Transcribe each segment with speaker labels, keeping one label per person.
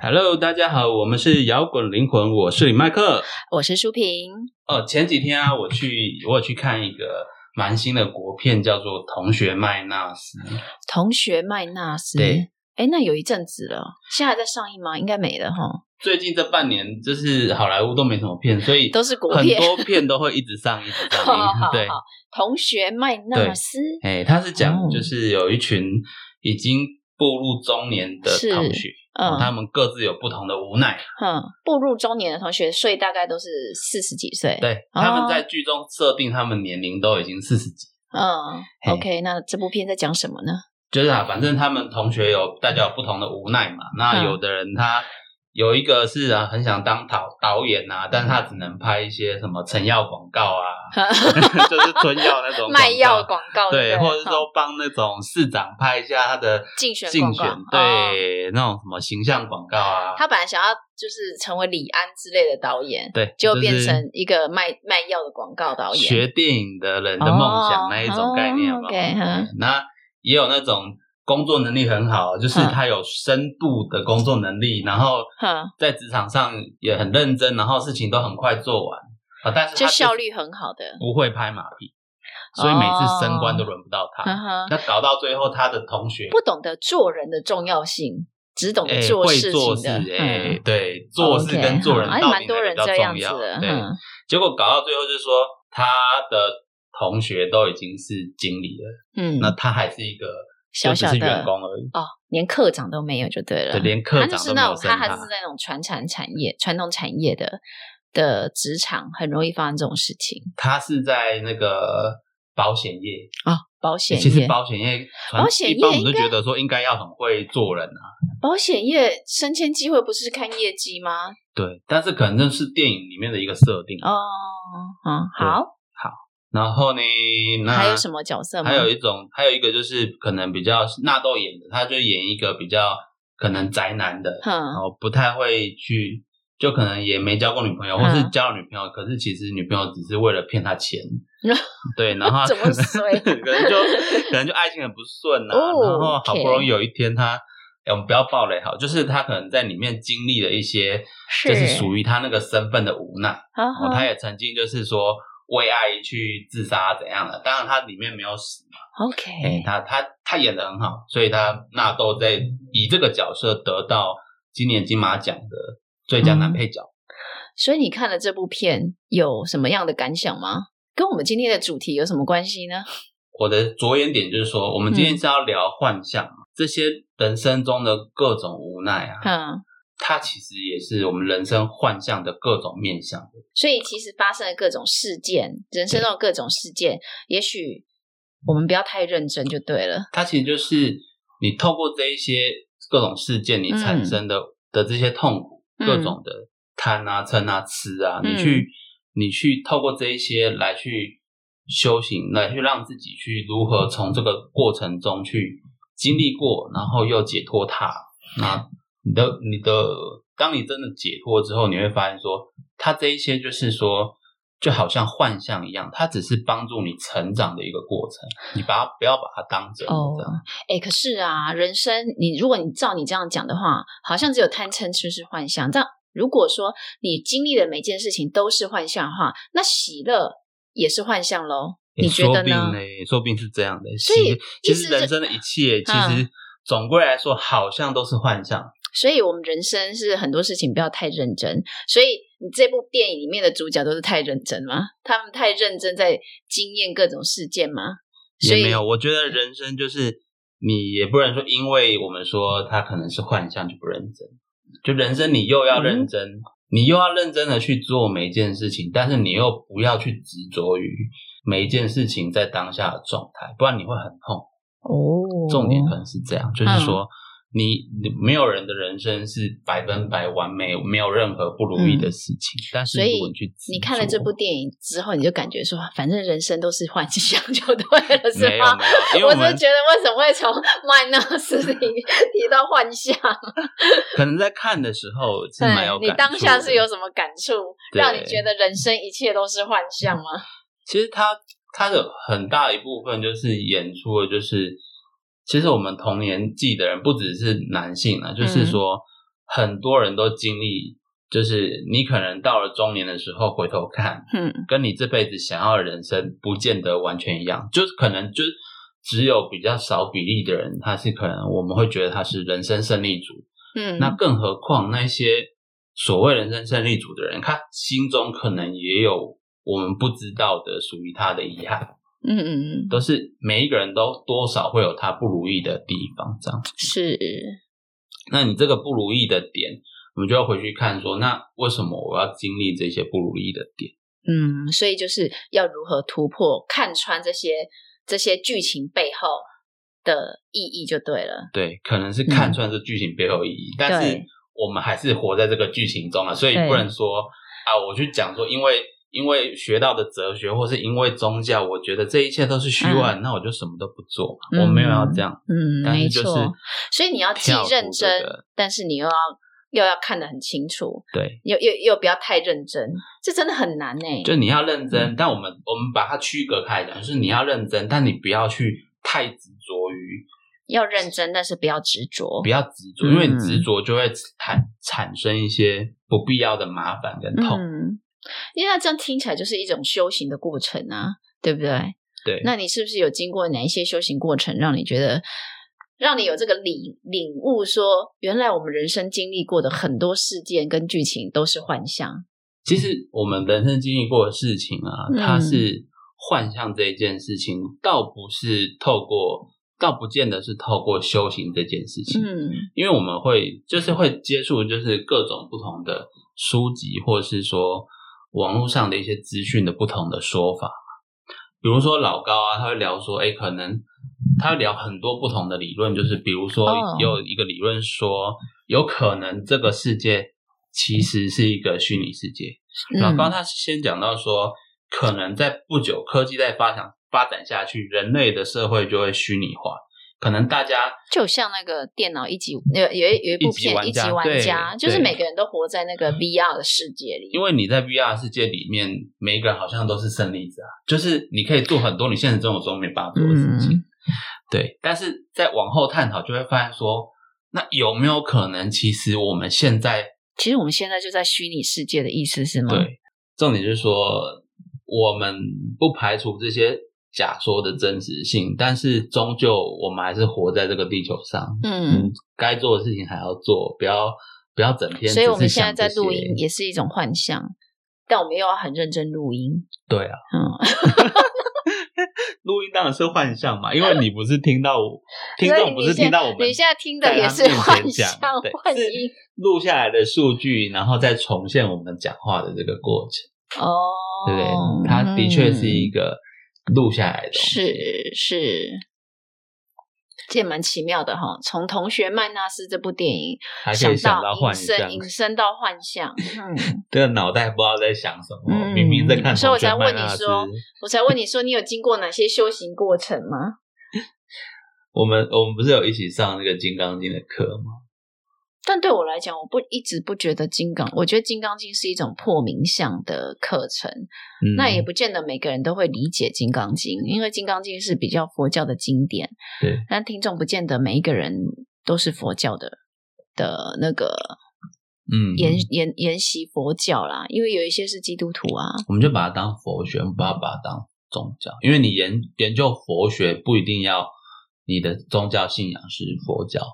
Speaker 1: Hello，大家好，我们是摇滚灵魂，我是李麦克。
Speaker 2: 我是舒平。
Speaker 1: 哦，前几天啊，我去我有去看一个蛮新的国片，叫做《同学麦纳斯》。
Speaker 2: 同学麦纳斯，
Speaker 1: 对，
Speaker 2: 哎，那有一阵子了，现在还在上映吗？应该没了哈，
Speaker 1: 最近这半年，就是好莱坞都没什么片，所以
Speaker 2: 都是国
Speaker 1: 很
Speaker 2: 片。
Speaker 1: 多片都会一直上，一直上。
Speaker 2: 好好
Speaker 1: 对，
Speaker 2: 好，同学麦纳斯，
Speaker 1: 哎，他是讲
Speaker 2: 哦
Speaker 1: 就是有一群已经步入中年的
Speaker 2: 是
Speaker 1: 同学，哦
Speaker 2: 嗯
Speaker 1: 他们各自有不同的无奈。
Speaker 2: 哼，步入中年的同学，所以大概都是四十几岁。
Speaker 1: 对，他
Speaker 2: 哦
Speaker 1: 们在剧中设定他们年龄都已经四十几，
Speaker 2: 嗯
Speaker 1: 嘿
Speaker 2: ，OK，那这部片在讲什么呢？
Speaker 1: 就是啊，反正他们同学有大家有不同的无奈嘛。那
Speaker 2: 嗯
Speaker 1: 有的人他有一个是啊，很想当导导演啊，但是他只能拍一些什么成药广告啊， 就是吞药那种广告
Speaker 2: 嗯卖药广告，
Speaker 1: 对，
Speaker 2: 不
Speaker 1: 或者是
Speaker 2: 好
Speaker 1: 说帮那种市长拍一下他的
Speaker 2: 竞选
Speaker 1: 竞
Speaker 2: 广告哦
Speaker 1: 选，对、那种什么形象广告啊，
Speaker 2: 他本来想要就是成为李安之类的导演，
Speaker 1: 对，
Speaker 2: 就
Speaker 1: 就
Speaker 2: 变
Speaker 1: 是
Speaker 2: 成一个卖卖药的广告导演。
Speaker 1: 学电影的人的梦想
Speaker 2: 哦
Speaker 1: 那一种概念嗯
Speaker 2: 哦
Speaker 1: 吧。
Speaker 2: OK，哼
Speaker 1: 那也有那种工作能力很好，就是
Speaker 2: 嗯
Speaker 1: 他有深度的工作能力，然后
Speaker 2: 哼，
Speaker 1: 在职场上也很认真，然后事情都很快做完啊，但是他
Speaker 2: 就效
Speaker 1: 是
Speaker 2: 率很好的，
Speaker 1: 不会拍马屁，所以每次升官
Speaker 2: 哦
Speaker 1: 都轮不到
Speaker 2: 哈
Speaker 1: 他。
Speaker 2: 哈，
Speaker 1: 那搞到最后，他的同学
Speaker 2: 不懂得做人的重要性，只懂
Speaker 1: 哎
Speaker 2: 得做
Speaker 1: 会
Speaker 2: 事
Speaker 1: 做
Speaker 2: 情
Speaker 1: 事
Speaker 2: 的，
Speaker 1: 哎
Speaker 2: 嗯，
Speaker 1: 对，做事
Speaker 2: OK，
Speaker 1: 跟做人
Speaker 2: 好还哎
Speaker 1: 到底
Speaker 2: 蛮
Speaker 1: 哪
Speaker 2: 多
Speaker 1: 个
Speaker 2: 人
Speaker 1: 比较
Speaker 2: 这样
Speaker 1: 重
Speaker 2: 子
Speaker 1: 要？
Speaker 2: 的，
Speaker 1: 对，
Speaker 2: 嗯
Speaker 1: 结果搞到最后就是说，他的同学都已经是经理了，
Speaker 2: 嗯，
Speaker 1: 那他还是一个
Speaker 2: 小
Speaker 1: 就只
Speaker 2: 小
Speaker 1: 是
Speaker 2: 的
Speaker 1: 员工而已，
Speaker 2: 哦，连课长都没有就对了
Speaker 1: 对，，连科
Speaker 2: 他
Speaker 1: 长
Speaker 2: 就是
Speaker 1: 都没
Speaker 2: 那
Speaker 1: 有
Speaker 2: 种
Speaker 1: 升
Speaker 2: 他还是那种传产产业、传统产业的的职场，很容易发生这种事情
Speaker 1: 他是在那个保险业，
Speaker 2: 啊。保险
Speaker 1: 哎其实
Speaker 2: 业，
Speaker 1: 保险业传，
Speaker 2: 保险业
Speaker 1: 一般我们都
Speaker 2: 应该
Speaker 1: 觉得说应该要很会做人啊，
Speaker 2: 保险业升迁机会不是看业绩吗？
Speaker 1: 对，但是可能这是电影里面的一个设定。
Speaker 2: 哦，嗯，好，
Speaker 1: 然后呢，那
Speaker 2: 还有什么角色吗？
Speaker 1: 还有一种，还有一个就是可能比较纳豆演的，他就演一个比较可能宅男的，然
Speaker 2: 哼，
Speaker 1: 后不太会去，就可能也没交过女朋友，或是
Speaker 2: 嗯
Speaker 1: 交了女朋友，可是其实女朋友只是为了骗他 钱，对，然后他
Speaker 2: 怎么 衰
Speaker 1: 可能就可能就爱情很不顺啊，
Speaker 2: 哦
Speaker 1: 然后好
Speaker 2: OK
Speaker 1: 不容易有一天他。哎我们不要暴雷好，就是他可能在里面经历了一些，
Speaker 2: 是
Speaker 1: 就是属于他那个身份的无奈。
Speaker 2: 啊
Speaker 1: 哦，
Speaker 2: 哈
Speaker 1: 他也曾经就是说为爱去自杀怎样的，当然他里面没有死
Speaker 2: ，OK，
Speaker 1: 哎、他他他演的很好，所以他纳豆在以这个角色得到今年金马奖的最佳男配角。
Speaker 2: 嗯所以你看了这部片有什么样的感想吗？跟我们今天的主题有什么关 系呢？
Speaker 1: 我的着眼点就是说，我们今
Speaker 2: 嗯
Speaker 1: 天是要聊幻象嘛，这些人生中的各种无奈啊，
Speaker 2: 嗯，
Speaker 1: 它其实也是我们人生幻象的各种面向。
Speaker 2: 所以其实发生的各种事件，人生中的各种事件，也许我们不要太认真就对了。
Speaker 1: 它其实就是你透过这一些各种事件，你产生的、的这些痛苦，
Speaker 2: 嗯
Speaker 1: 各种的贪啊、嗔啊、吃啊，
Speaker 2: 嗯
Speaker 1: 你去你去透过这一些来去修行，来去让自己去如何从这个过程中去经历过，然后又解脱它。那你的你的，当你真的解脱之后，你会发现说，它这一些就是说。就好像幻象一样，它只是帮助你成长的一个过程。你把它不要把它当真，
Speaker 2: 哦
Speaker 1: 这样。
Speaker 2: 哎，可是啊，人生你如果你照你这样讲的话，好像只有贪嗔痴是幻象。但如果说你经历的每件事情都是幻象的话，那喜乐也是幻象喽？
Speaker 1: 也
Speaker 2: 你觉得
Speaker 1: 欸说不定
Speaker 2: 呢？
Speaker 1: 呢？说不定是这样的。
Speaker 2: 所以
Speaker 1: 其实其
Speaker 2: 意思是嗯
Speaker 1: 实人生的一切，其实总归来说，好像都是幻象。
Speaker 2: 所以我们人生是很多事情不要太认真。所以你这部电影里面的主角都是太认真吗？他们太认真在经验各种事件吗？所
Speaker 1: 也
Speaker 2: 以
Speaker 1: 没有，我觉得人生就是你也不能说，因为我们说它可能是幻象就不认真。就人生，你又要认真，
Speaker 2: 嗯
Speaker 1: 你又要认真的去做每一件事情，但是你又不要去执着于每一件事情在当下的状态，不然你会很痛。
Speaker 2: 哦嗯
Speaker 1: 重点可能是这样，就是说你你没有人的人生是百分百完美，没有任何不如意的事情。但是
Speaker 2: 嗯所以
Speaker 1: 如果你去执着
Speaker 2: 你看了这部电影之后，你就感觉说，反正人生都是幻想就 对了，是
Speaker 1: 没有
Speaker 2: 吗？
Speaker 1: 没有，因为
Speaker 2: 我
Speaker 1: 我
Speaker 2: 只是
Speaker 1: 们
Speaker 2: 觉得为什么会从 麦纳斯里 提到幻象？
Speaker 1: 可能在看的时候是蛮有
Speaker 2: 对，
Speaker 1: 感触的
Speaker 2: 你当下是有什么感触，
Speaker 1: 对
Speaker 2: 让你觉得人生一切都是幻象吗？
Speaker 1: 其实他他的很大一部分就是演出的，就是其实我们同年纪的人不只是男性啊，就是说、很多人都经历，就是你可能到了中年的时候回头看，
Speaker 2: 嗯
Speaker 1: 跟你这辈子想要的人生不见得完全一样，就是可能就是只有比较少比例的人，他是可能我们会觉得他是人生胜利组，
Speaker 2: 嗯，
Speaker 1: 那更何况那些所谓人生胜利组的人，他心中可能也有我们不知道的属于他的遗憾，
Speaker 2: 嗯嗯嗯
Speaker 1: 都是每一个人都多少会有他不如意的地方，这样。
Speaker 2: 是
Speaker 1: 那你这个不如意的点，我们就要回去看说，那为什么我要经历这些不如意的点？
Speaker 2: 嗯，所以就是要如何突破，看穿这些这些剧情背后的意义就对了。
Speaker 1: 对，可能是看穿这剧情背后的意义，但是
Speaker 2: 嗯对
Speaker 1: 我们还是活在这个剧情中了，所以
Speaker 2: 对
Speaker 1: 不能说啊，我去讲说，因为因为学到的哲学，或是因为宗教，我觉得这一切都是虚幻，那我就什么都不做，
Speaker 2: 嗯
Speaker 1: 我没有要这样。
Speaker 2: 嗯，
Speaker 1: 但
Speaker 2: 没
Speaker 1: 是就是
Speaker 2: 错。所以你要既
Speaker 1: 跳出
Speaker 2: 认真
Speaker 1: 这个，
Speaker 2: 但是你又要又要看得很清楚，
Speaker 1: 对，
Speaker 2: 又又又不要太认真，这真的很难欸呢、
Speaker 1: 就你要认真，
Speaker 2: 嗯
Speaker 1: 但我们我们把它区隔开来讲，就是你要认真，但你不要去太执着于
Speaker 2: 要认真，但是不要执着
Speaker 1: 不。要执着，
Speaker 2: 嗯
Speaker 1: 因为你执着就会产产生一些不必要的麻烦跟痛。
Speaker 2: 嗯，因为它这样听起来就是一种修行的过程啊，对不对？
Speaker 1: 对，
Speaker 2: 那你是不是有经过哪一些修行过程，让你觉得，让你有这个领领悟说原来我们人生经历过的很多事件跟剧情都是幻象？
Speaker 1: 其实我们人生经历过的事情啊，
Speaker 2: 嗯
Speaker 1: 它是幻象这一件事情，倒不是透过，倒不见得是透过修行这件事情，
Speaker 2: 嗯
Speaker 1: 因为我们会就是会接触就是各种不同的书籍，或是说网络上的一些资讯的不同的说法。比如说老高啊，他会聊说，哎，可能他会聊很多不同的理论，就是比如说
Speaker 2: 哦
Speaker 1: 有一个理论说，有可能这个世界其实是一个虚拟世界。老高
Speaker 2: 嗯
Speaker 1: 他是先讲到说，可能在不久科技再发展发展下去，人类的社会就会虚拟化，可能大家
Speaker 2: 就像那个电脑一级有有一有一部片《一
Speaker 1: 一
Speaker 2: 级
Speaker 1: 级
Speaker 2: 玩
Speaker 1: 玩家
Speaker 2: 家》
Speaker 1: 对
Speaker 2: 就是
Speaker 1: 对嗯
Speaker 2: 每个人都活在那个 VR 的世界里。
Speaker 1: 因为你在 VR 世界里面，每一个人好像都是胜利者啊，就是你可以做很多你现实生活中没办法做的事情。
Speaker 2: 嗯
Speaker 1: 对，但是在往后探讨，就会发现说，那有没有可能，其实我们现在
Speaker 2: 其实我们现在就在虚拟世界的意思是吗？
Speaker 1: 对，重点就是说，我们不排除这些假说的真实性，但是终究我们还是活在这个地球上，
Speaker 2: 嗯，，
Speaker 1: 该做的事情还要做，不要不要整天。
Speaker 2: 所以我们现在在录音，也是一种幻象，但我们又要很认真录音。
Speaker 1: 对啊。
Speaker 2: 嗯，
Speaker 1: 录音当然是幻象嘛，因为你不是听到 我，听
Speaker 2: 所以
Speaker 1: 众
Speaker 2: 你
Speaker 1: 不是
Speaker 2: 现
Speaker 1: 听到我们
Speaker 2: 你现在听的
Speaker 1: 在
Speaker 2: 也
Speaker 1: 他
Speaker 2: 是
Speaker 1: 面前
Speaker 2: 幻
Speaker 1: 讲
Speaker 2: 象
Speaker 1: 对
Speaker 2: 幻
Speaker 1: 是
Speaker 2: 音
Speaker 1: 录下来的数据，然后再重现我们讲话的这个过程，
Speaker 2: 哦，
Speaker 1: 对不对？它的确是一
Speaker 2: 个、
Speaker 1: 个录下来的东西，
Speaker 2: 是是。这也蛮奇妙的哈，从同学麦纳斯这部电影
Speaker 1: 还可以
Speaker 2: 想
Speaker 1: 到
Speaker 2: 引
Speaker 1: 幻象
Speaker 2: 申，引申到幻象，嗯，
Speaker 1: 这个脑袋不知道在想什么，
Speaker 2: 嗯
Speaker 1: 明明在看
Speaker 2: 所以我
Speaker 1: 同
Speaker 2: 才
Speaker 1: 学麦
Speaker 2: 问你
Speaker 1: 纳斯。
Speaker 2: 说我才问你说，你有经过哪些修行过程吗？
Speaker 1: 我们我们不是有一起上那个《金刚经》的课吗？
Speaker 2: 但对我来讲，我不一直不觉得金刚，我觉得金刚经是一种破名相的课程，
Speaker 1: 嗯，
Speaker 2: 那也不见得每个人都会理解金刚经，因为金刚经是比较佛教的经典，
Speaker 1: 对，
Speaker 2: 但听众不见得每一个人都是佛教的的那个
Speaker 1: 嗯，
Speaker 2: 研研研习佛教啦，因为有一些是基督徒啊，
Speaker 1: 我们就把它当佛学，不要把它当宗教，因为你研研究佛学不一定要你的宗教信仰是佛教。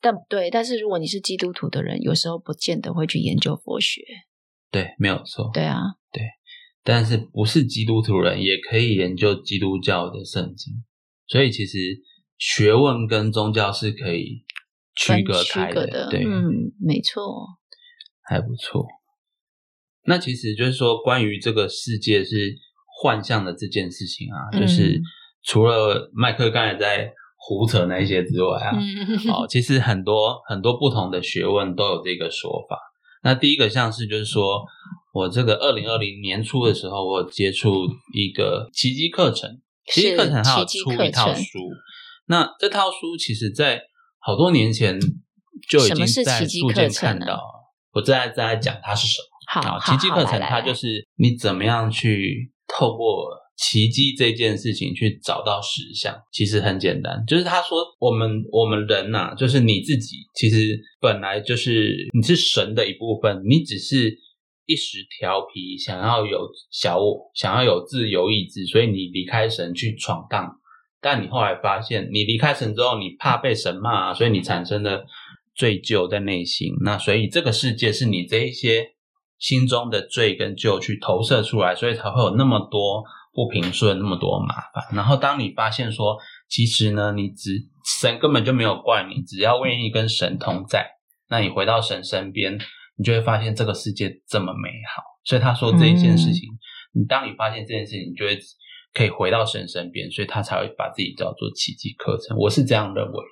Speaker 2: 但对，但是如果你是基督徒的人，有时候不见得会去研究佛学，
Speaker 1: 对，没有错。
Speaker 2: 对啊，
Speaker 1: 但是不是基督徒人也可以研究基督教的圣经，所以其实学问跟宗教是可以区
Speaker 2: 分
Speaker 1: 隔
Speaker 2: 区
Speaker 1: 开
Speaker 2: 隔
Speaker 1: 对，
Speaker 2: 嗯，没错，
Speaker 1: 还不错。那其实就是说，关于这个世界是幻象的这件事情啊，
Speaker 2: 嗯
Speaker 1: 就是除了麦克刚才在胡扯那一些之外啊，
Speaker 2: 嗯，
Speaker 1: 哦，其实很多很多不同的学问都有这个说法。那第一个像是就是说我这个二零二零年初的时候，我有接触一个奇迹课程，奇迹
Speaker 2: 是
Speaker 1: 课程它有
Speaker 2: 奇迹
Speaker 1: 出
Speaker 2: 课
Speaker 1: 一套
Speaker 2: 程
Speaker 1: 书。那这套书其实在好多年前就已
Speaker 2: 什
Speaker 1: 经
Speaker 2: 么是
Speaker 1: 在
Speaker 2: 奇迹
Speaker 1: 书
Speaker 2: 课
Speaker 1: 间
Speaker 2: 程
Speaker 1: 看
Speaker 2: 呢
Speaker 1: 到了，我正在正在讲它是什么。
Speaker 2: 好，
Speaker 1: 好，
Speaker 2: 好
Speaker 1: 奇迹课程它
Speaker 2: 是。来来
Speaker 1: 就是你怎么样去透过奇迹这件事情去找到实相，其实很简单。就是他说，我们我们人呐、就是你自己，其实本来就是你是神的一部分，你只是一时调皮，想要有小我，想要有自由意志，所以你离开神去闯荡。但你后来发现，你离开神之后，你怕被神骂、啊，所以你产生了罪疚在内心。那所以这个世界是你这一些心中的罪跟疚去投射出来，所以才会有那么多不平顺，那么多麻烦。然后当你发现说，其实呢，你只神根本就没有怪你，只要愿意跟神同在，那你回到神身边，你就会发现这个世界这么美好。所以他说这一件
Speaker 2: 嗯
Speaker 1: 事情，你当你发现这件事情，你就会可以回到神身边，所以他才会把自己叫做奇迹课程。我是这样认为。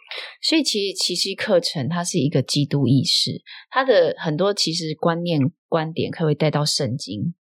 Speaker 2: 所以其实奇迹课程它是一个基督意识，它的很多其实观念观点可以带到圣经，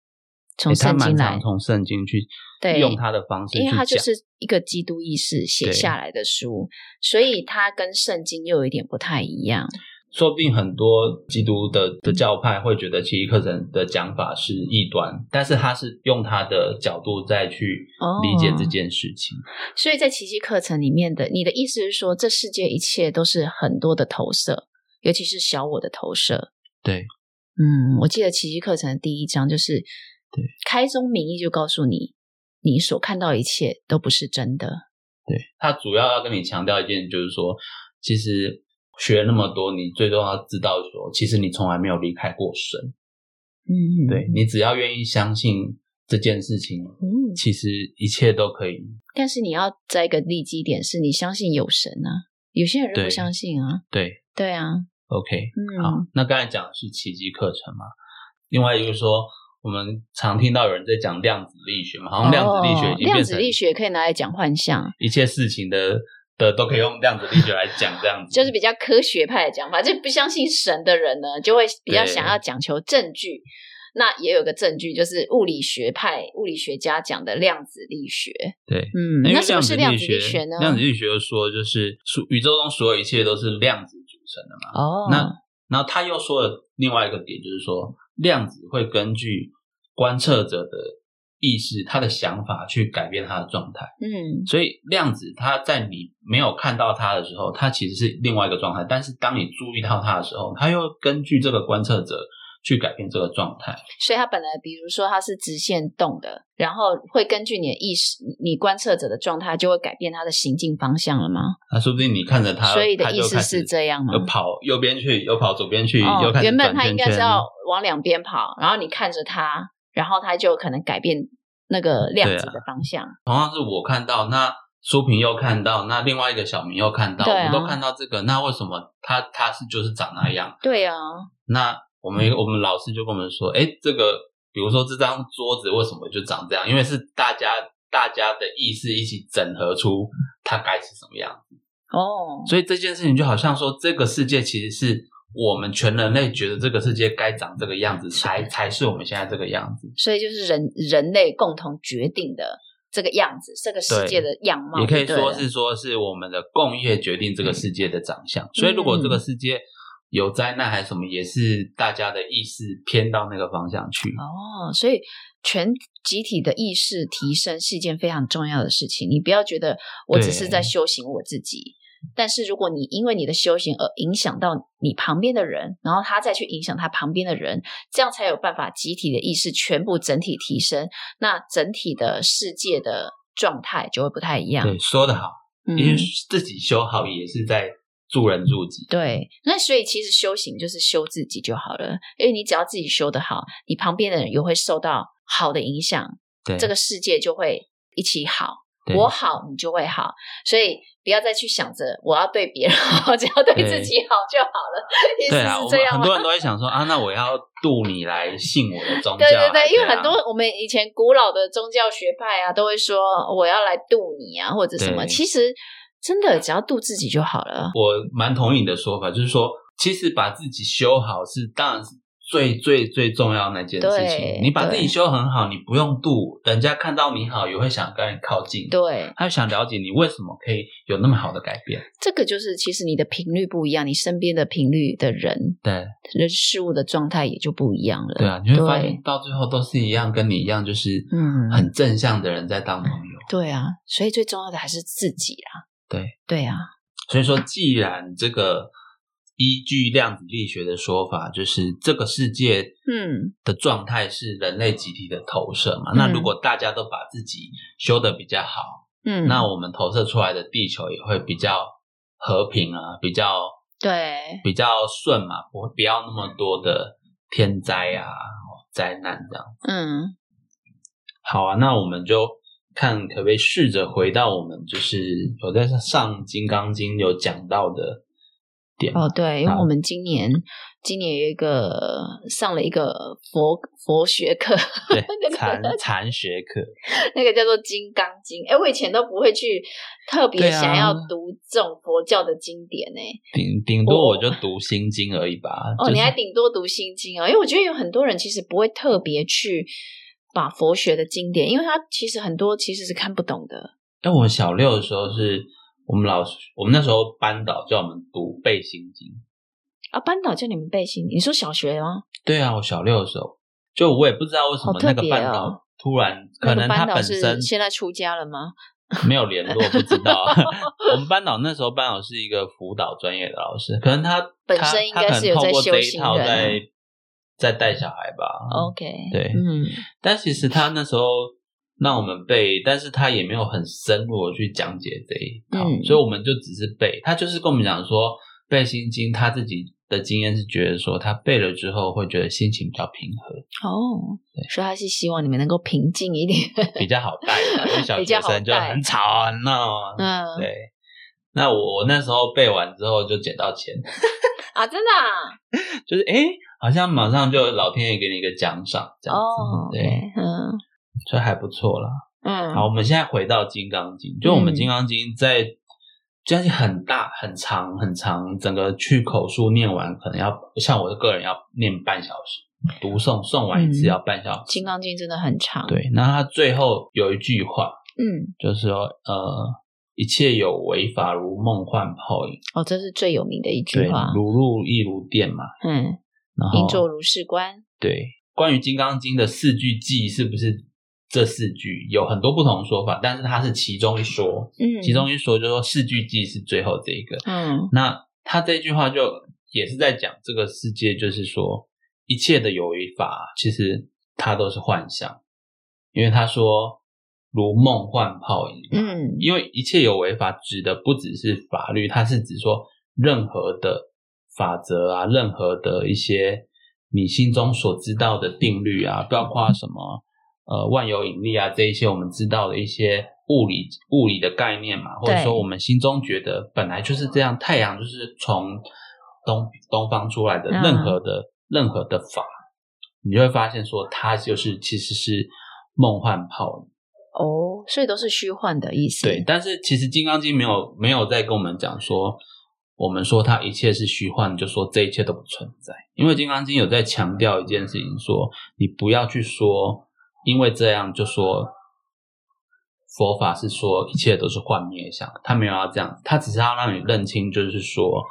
Speaker 2: 从
Speaker 1: 欸他
Speaker 2: 圣经
Speaker 1: 蛮
Speaker 2: 来
Speaker 1: 常，从圣经去
Speaker 2: 对
Speaker 1: 用他的方式去
Speaker 2: 因为它
Speaker 1: 讲，
Speaker 2: 就是一个基督意识写
Speaker 1: 对
Speaker 2: 下来的书，所以它跟圣经又有一点不太一样。
Speaker 1: 说不定很多基督的的教派会觉得奇迹课程的讲法是异端，但是他是用他的角度再去
Speaker 2: 哦
Speaker 1: 理解这件事情。
Speaker 2: 所以在奇迹课程里面的，你的意思是说，这世界一切都是很多的投射，尤其是小我的投射。
Speaker 1: 对，
Speaker 2: 嗯，我记得奇迹课程的第一章就是，
Speaker 1: 对，
Speaker 2: 开宗明义就告诉你，你所看到的一切都不是真的。
Speaker 1: 对他主要要跟你强调一件，就是说，其实学了那么多，你最终要知道说，其实你从来没有离开过神。
Speaker 2: 嗯，
Speaker 1: 对你只要愿意相信这件事情，
Speaker 2: 嗯，
Speaker 1: 其实一切都可以。
Speaker 2: 但是你要在一个利基点，是你相信有神啊，有些人就不
Speaker 1: 对
Speaker 2: 相信啊，
Speaker 1: 对
Speaker 2: 对啊，
Speaker 1: ，OK，好
Speaker 2: 嗯，，
Speaker 1: 那刚才讲的是奇迹课程嘛，另外就是说，我们常听到有人在讲量子力学嘛，好像量子力学已
Speaker 2: 哦
Speaker 1: 经
Speaker 2: 量
Speaker 1: 变
Speaker 2: 子
Speaker 1: 成
Speaker 2: 力学可以拿来讲幻象，
Speaker 1: 一切事情的的都可以用量子力学来讲，这样子
Speaker 2: 就是比较科学派的讲法，就不相信神的人呢，就会比较
Speaker 1: 对
Speaker 2: 想要讲求证据。那也有个证据，就是物理学派物理学家讲的量子力学。
Speaker 1: 对。
Speaker 2: 嗯，
Speaker 1: 因为
Speaker 2: 那什么是量
Speaker 1: 量
Speaker 2: 子
Speaker 1: 力
Speaker 2: 力学呢？
Speaker 1: 量子力学就说，就是所宇宙中所有一切都是量子组成的嘛。
Speaker 2: 哦，
Speaker 1: 那然后他又说了另外一个点，就是说量子会根据观测者的意识、他的想法去改变他的状态。
Speaker 2: 嗯
Speaker 1: 所以量子它在你没有看到它的时候，它其实是另外一个状态。但是当你注意到它的时候，它又根据这个观测者去改变这个状态。
Speaker 2: 所以它本来，比如说它是直线动的，然后会根据你的意识、你观测者的状态，就会改变它的行进方向了吗？
Speaker 1: 那说不定你看着它，
Speaker 2: 所以
Speaker 1: 它
Speaker 2: 的
Speaker 1: 就
Speaker 2: 意思
Speaker 1: 开始呃
Speaker 2: 是这样吗
Speaker 1: 又？跑右边去，又跑左边去，又
Speaker 2: 哦，
Speaker 1: 开始
Speaker 2: 原本
Speaker 1: 转
Speaker 2: 它应
Speaker 1: 圈
Speaker 2: 该是
Speaker 1: 圈。
Speaker 2: 要往两边跑，然后你看着它，然后它就可能改变那
Speaker 1: 嗯
Speaker 2: 个量
Speaker 1: 啊
Speaker 2: 子的方向。
Speaker 1: 同样是我看到，那书评又看到，那另外一个小明又看到，
Speaker 2: 对
Speaker 1: 我
Speaker 2: 啊
Speaker 1: 们都看到这个，那为什么他他是就是长那样？
Speaker 2: 对啊，
Speaker 1: 那我
Speaker 2: 嗯
Speaker 1: 们我们老师就跟我们说，哎，这个比如说这张桌子为什么就长这样？因为是大家大家的意识一起整合出它该是什么样子。
Speaker 2: 哦，
Speaker 1: 所以这件事情就好像说，这个世界其实是我们全人类觉得这个世界该长这个样子，才才是我们现在这个样子。
Speaker 2: 所以就是人人类共同决定的这个样子，这个世界的样貌，
Speaker 1: 也可以
Speaker 2: 对了
Speaker 1: 说是说是我们的共业决定这个世界的长相。所以如果这
Speaker 2: 嗯
Speaker 1: 个世界有灾难还是什么，也是大家的意识偏到那个方向去。
Speaker 2: 哦，所以全集体的意识提升是一件非常重要的事情。你不要觉得我只是在
Speaker 1: 对
Speaker 2: 修行我自己，但是如果你因为你的修行而影响到你旁边的人，然后他再去影响他旁边的人，这样才有办法集体的意识全部整体提升，那整体的世界的状态就会不太一样
Speaker 1: 对，。说得好，
Speaker 2: 嗯
Speaker 1: 因为自己修好也是在助人助己。
Speaker 2: 对，那所以其实修行就是修自己就好了，因为你只要自己修得好，你旁边的人也会受到好的影响，
Speaker 1: 对，
Speaker 2: 这个世界就会一起好。
Speaker 1: 对
Speaker 2: 我好，你就会好，所以不要再去想着我要对别人好， 只要对自己好就好了。意思
Speaker 1: 对啊，
Speaker 2: 是
Speaker 1: 我
Speaker 2: 这
Speaker 1: 们
Speaker 2: 样
Speaker 1: 很
Speaker 2: 吗？
Speaker 1: 多人都会想说啊，那我要度你来信我的宗教
Speaker 2: 对
Speaker 1: 啊。
Speaker 2: 对对，因为
Speaker 1: 啊
Speaker 2: 很多我们以前古老的宗教学派啊，都会说我要来度你啊，或者什么。
Speaker 1: 对
Speaker 2: 其实真的只要度自己就好了。
Speaker 1: 我蛮同意你的说法，就是说，其实把自己修好是当然是最最最重要的那件事
Speaker 2: 对
Speaker 1: 情。你把自己
Speaker 2: 对
Speaker 1: 修很好，你不用度，人家看到你好也会想跟你靠近，
Speaker 2: 对，
Speaker 1: 他想了解你为什么可以有那么好的改变。
Speaker 2: 这个就是其实你的频率不一样，你身边的频率的人、
Speaker 1: 对
Speaker 2: 人事物的状态也就不一样了。
Speaker 1: 对啊，你会发
Speaker 2: 对
Speaker 1: 现到最后都是一样，跟你一样，就是
Speaker 2: 嗯
Speaker 1: 很正向的人在当朋友。
Speaker 2: 对啊，所以最重要的还是自己啦。
Speaker 1: 对
Speaker 2: 对啊，
Speaker 1: 所以说，既然这个依据量子力学的说法，就是这个世界
Speaker 2: 嗯
Speaker 1: 的状态是人类集体的投射嘛，
Speaker 2: 嗯
Speaker 1: 那如果大家都把自己修得比较好，
Speaker 2: 嗯，
Speaker 1: 那我们投射出来的地球也会比较和平啊，比较
Speaker 2: 对
Speaker 1: 比较顺嘛，不会不要那么多的天灾啊灾难这样。
Speaker 2: 嗯
Speaker 1: 好啊，那我们就看可不可以试着回到我们就是有在上《金刚经》有讲到的点
Speaker 2: 哦对，因为
Speaker 1: 好
Speaker 2: 我们今年今年有一个上了一个佛佛学课，
Speaker 1: 对
Speaker 2: 那个
Speaker 1: 禅禅学课，
Speaker 2: 那个叫做《金刚经》。哎，我以前都不会去特别
Speaker 1: 对啊
Speaker 2: 想要读这种佛教的经典呢、
Speaker 1: 顶顶多我就读《心经》而已吧。就
Speaker 2: 哦，
Speaker 1: 是
Speaker 2: 你还顶多读心经哦，因为我觉得有很多人其实不会特别去把佛学的经典，因为他其实很多其实是看不懂的。
Speaker 1: 哎，我小六的时候是我们老师，我们那时候班导叫我们读背心经。
Speaker 2: 啊，班导叫你们背心，你说小学吗？
Speaker 1: 对啊，我小六的时候，就我也不知道为什
Speaker 2: 好
Speaker 1: 么
Speaker 2: 特
Speaker 1: 那个
Speaker 2: 别
Speaker 1: 班
Speaker 2: 哦
Speaker 1: 导突然，
Speaker 2: 那
Speaker 1: 可
Speaker 2: 个
Speaker 1: 能他
Speaker 2: 班导
Speaker 1: 本
Speaker 2: 是
Speaker 1: 身
Speaker 2: 现在出家了吗？
Speaker 1: 没有联络，不知道。 我们班导那时候班导是一个辅导专业的老师，可能他
Speaker 2: 本
Speaker 1: 他
Speaker 2: 身应
Speaker 1: 他
Speaker 2: 该
Speaker 1: 可能
Speaker 2: 是有
Speaker 1: 透
Speaker 2: 在
Speaker 1: 过
Speaker 2: 修
Speaker 1: 这一
Speaker 2: 行
Speaker 1: 套
Speaker 2: 人啊
Speaker 1: 在在带小孩吧。
Speaker 2: OK，
Speaker 1: 对
Speaker 2: 嗯，
Speaker 1: 但其实他那时候让我们背，但是他也没有很深入的去讲解这一套，
Speaker 2: 嗯
Speaker 1: 所以我们就只是背。他就是跟我们讲说，背心经他自己的经验是觉得说，他背了之后会觉得心情比较平和，
Speaker 2: 哦，所以他是希望你们能够平静 一点。
Speaker 1: 比较好带，因为小
Speaker 2: 比
Speaker 1: 学
Speaker 2: 较好带
Speaker 1: 生就很吵很闹啊。
Speaker 2: 嗯
Speaker 1: 对，那我我那时候背完之后就捡到钱，
Speaker 2: 啊，真的啊
Speaker 1: 就是诶好像马上就老天爷给你一个奖赏，这样子，
Speaker 2: 哦，
Speaker 1: 对
Speaker 2: OK，嗯
Speaker 1: 所以还不错啦。
Speaker 2: 嗯，
Speaker 1: 好，我们现在回到《金刚经》，就我们
Speaker 2: 嗯
Speaker 1: 《金刚经》在将近很大、很长、很长，整个去口述念完，可能要像我个人要念半小时，读诵诵完一次
Speaker 2: 嗯
Speaker 1: 要半小
Speaker 2: 《
Speaker 1: 时。
Speaker 2: 金刚经》真的很长，，
Speaker 1: 对，那他最后有一句话，
Speaker 2: 嗯，
Speaker 1: 就是说，呃，一切有为法如梦幻泡影，
Speaker 2: 哦，这是最有名的一
Speaker 1: 对
Speaker 2: 句话，，
Speaker 1: 如露亦如电嘛。
Speaker 2: 嗯，
Speaker 1: 然
Speaker 2: 应作
Speaker 1: 后，
Speaker 2: 如是观，
Speaker 1: 对，关于《金刚经》的四句偈是不是这四句，有很多不同的说法，但是它是其中一说。
Speaker 2: 嗯，
Speaker 1: 其中一说就说四句记是最后这一个。
Speaker 2: 嗯
Speaker 1: 那他这句话就也是在讲这个世界，就是说一切的有为法，其实它都是幻象，因为他说如梦幻泡影。
Speaker 2: 嗯
Speaker 1: 因为一切有为法指的不只是法律，它是指说任何的法则啊，任何的一些你心中所知道的定律啊，包括什么呃万有引力啊这一些我们知道的一些物理物理的概念嘛，或者
Speaker 2: 对
Speaker 1: 说我们心中觉得本来就是这样，太阳就是从东东方出来的，
Speaker 2: 嗯
Speaker 1: 任何的、任何的法，你就会发现说它就是其实是梦幻泡影。
Speaker 2: 哦，所以都是虚幻的意思，
Speaker 1: 对，但是其实《金刚经》没有没有在跟我们讲说，我们说它一切是虚幻，就说这一切都不存在。因为《金刚经》有在强调一件事情说你不要去说，因为这样就说佛法是说一切都是幻灭相，他没有要这样，他只是要让你认清，就是说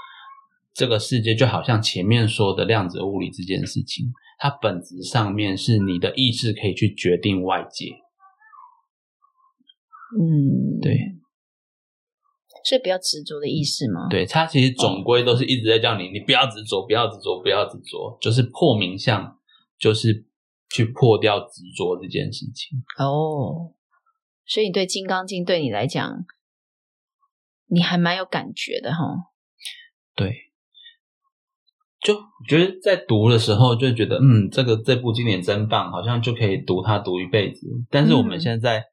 Speaker 1: 这个世界就好像前面说的量子物理这件事情，它本质上面是你的意志可以去决定外界。
Speaker 2: 嗯，
Speaker 1: 对，
Speaker 2: 所以比较执着的意思嘛，
Speaker 1: 对，它其实总归都是一直在叫你，你不要执着，不要执着，不要执着，就是破名相，就是去破掉执着这件事情。
Speaker 2: 哦，所以你对《金刚经》对你来讲，你还蛮有感觉的哈。
Speaker 1: 对，就我觉得在读的时候就觉得，嗯，这个这部经典真棒，好像就可以读它读一辈子。但是我们
Speaker 2: 嗯
Speaker 1: 现在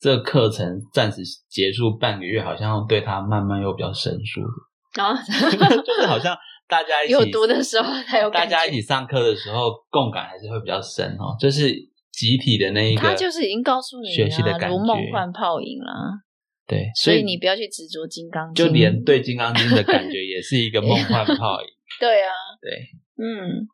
Speaker 1: 这个课程暂时结束半个月，好像对它慢慢又比较生疏，
Speaker 2: 然后
Speaker 1: 就是好像大家一起
Speaker 2: 有读的时候才有
Speaker 1: 大
Speaker 2: 感觉，
Speaker 1: 家一起上课的时候，共感还是会比较深哦，就是集体的那一个，
Speaker 2: 他就是已经告诉你
Speaker 1: 学习的
Speaker 2: 了、
Speaker 1: 感
Speaker 2: 如
Speaker 1: 觉
Speaker 2: 梦幻泡影啦，
Speaker 1: 对，
Speaker 2: 所
Speaker 1: 以
Speaker 2: 以你不嗯要去执着《金刚经
Speaker 1: 就》，连对《金刚 经》的感觉也是一个梦幻泡影。
Speaker 2: 对啊，
Speaker 1: 对，
Speaker 2: 嗯，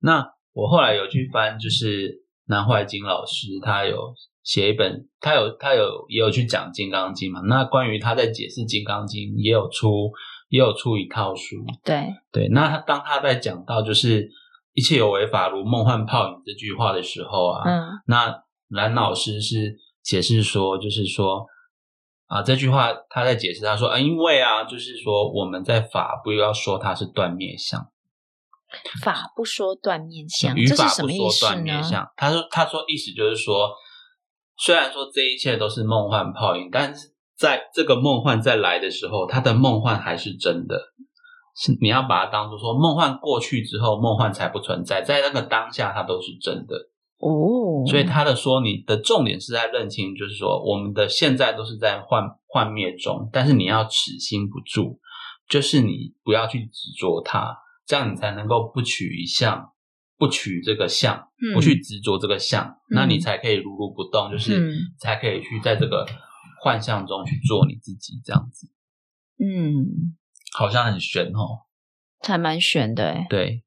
Speaker 1: 那我后来有去翻，就是南怀瑾老师他有写一本，他有他有也有去讲《金刚经》嘛。那关于他在解释《金刚经》，也有出也有出一套书。
Speaker 2: 对，
Speaker 1: 对，那他当他在讲到就是“一切有为法，如梦幻泡影”这句话的时候啊，
Speaker 2: 嗯
Speaker 1: 那蓝老师是解释说，就是说啊，这句话他在解释，他说啊，因为啊，就是说我们在法不要说它是断灭相，
Speaker 2: 法不说断面相，
Speaker 1: 嗯语
Speaker 2: 这
Speaker 1: 法
Speaker 2: 是什
Speaker 1: 不
Speaker 2: 么
Speaker 1: 说
Speaker 2: 意思
Speaker 1: 断灭
Speaker 2: 呢？
Speaker 1: 相。他说，他说意思就是说，虽然说这一切都是梦幻泡影，但是在这个梦幻再来的时候，它的梦幻还是真的。是你要把它当做说梦幻过去之后，梦幻才不存在，在那个当下它都是真的。
Speaker 2: 哦，
Speaker 1: 所以他的说，你的重点是在认清，就是说我们的现在都是在幻幻灭中，但是你要持心不住，就是你不要去执着它，这样你才能够不取一相，不取这个相，
Speaker 2: 嗯
Speaker 1: 不去执着这个相，那你才可以如如不动，就是
Speaker 2: 嗯
Speaker 1: 才可以去在这个幻象中去做你自己，这样子
Speaker 2: 嗯，
Speaker 1: 好像很玄哦，
Speaker 2: 还蛮悬的哎。
Speaker 1: 对。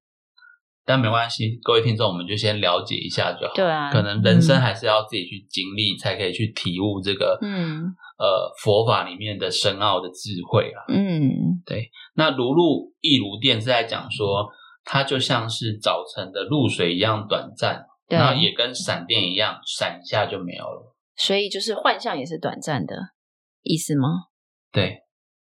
Speaker 1: 但没关系，各位听众，我们就先了解一下就好。
Speaker 2: 对啊，
Speaker 1: 可能人生
Speaker 2: 嗯
Speaker 1: 还是要自己去经历，才可以去体悟这个
Speaker 2: 嗯
Speaker 1: 呃佛法里面的深奥的智慧啊。
Speaker 2: 嗯
Speaker 1: 那如露亦如电是在讲说，它就像是早晨的露水一样短暂，
Speaker 2: 对，
Speaker 1: 然后也跟闪电一样，闪一下就没有了。
Speaker 2: 所以就是幻象也是短暂的意思吗？
Speaker 1: 对，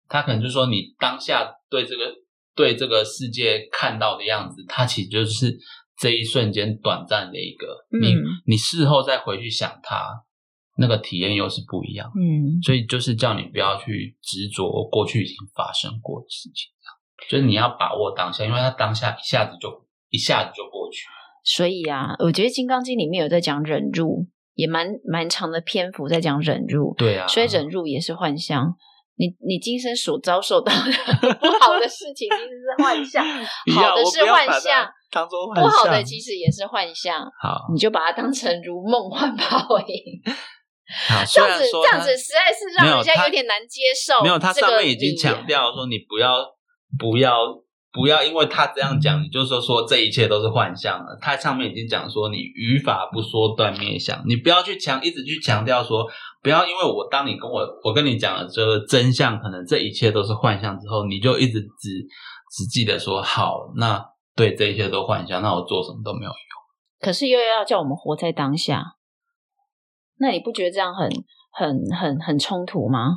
Speaker 1: 他可能就说你当下对这个对这个世界看到的样子，它其实就是这一瞬间短暂的一个，你
Speaker 2: 嗯
Speaker 1: 你事后再回去想它，那个体验又是不一样的。
Speaker 2: 嗯，
Speaker 1: 所以就是叫你不要去执着过去已经发生过的事情，就是你要把握当下，因为它当下一下子就一下子就过去。
Speaker 2: 所以啊，我觉得《金刚经》里面有在讲忍辱，也蛮蛮长的篇幅在讲忍辱，
Speaker 1: 对啊，
Speaker 2: 所以忍辱也是幻象。你你今生所遭受到的不好的事情，其实是幻 象；好的是幻象，，
Speaker 1: 当做
Speaker 2: 不好的其实也是幻象。
Speaker 1: 好
Speaker 2: 你就把它当成如梦幻泡影，
Speaker 1: 好，
Speaker 2: 这
Speaker 1: 虽
Speaker 2: 样
Speaker 1: 然
Speaker 2: 子
Speaker 1: 说
Speaker 2: 这样
Speaker 1: 它
Speaker 2: 子实在是
Speaker 1: 没
Speaker 2: 让
Speaker 1: 有
Speaker 2: 人家
Speaker 1: 它
Speaker 2: 有点难接受。
Speaker 1: 没有，他
Speaker 2: 这
Speaker 1: 上
Speaker 2: 个
Speaker 1: 面已经
Speaker 2: 语
Speaker 1: 强
Speaker 2: 言
Speaker 1: 调说你不要不要。不要因为他这样讲，你就说说这一切都是幻象了。他上面已经讲说，你语法不说断灭相，你不要去强，一直去强调说，不要因为我当你跟我我跟你讲了这个真相，可能这一切都是幻象之后，你就一直只只记得说好，那对这一切都幻象，那我做什么都没有用。
Speaker 2: 可是又要叫我们活在当下，那你不觉得这样很很很很冲突吗？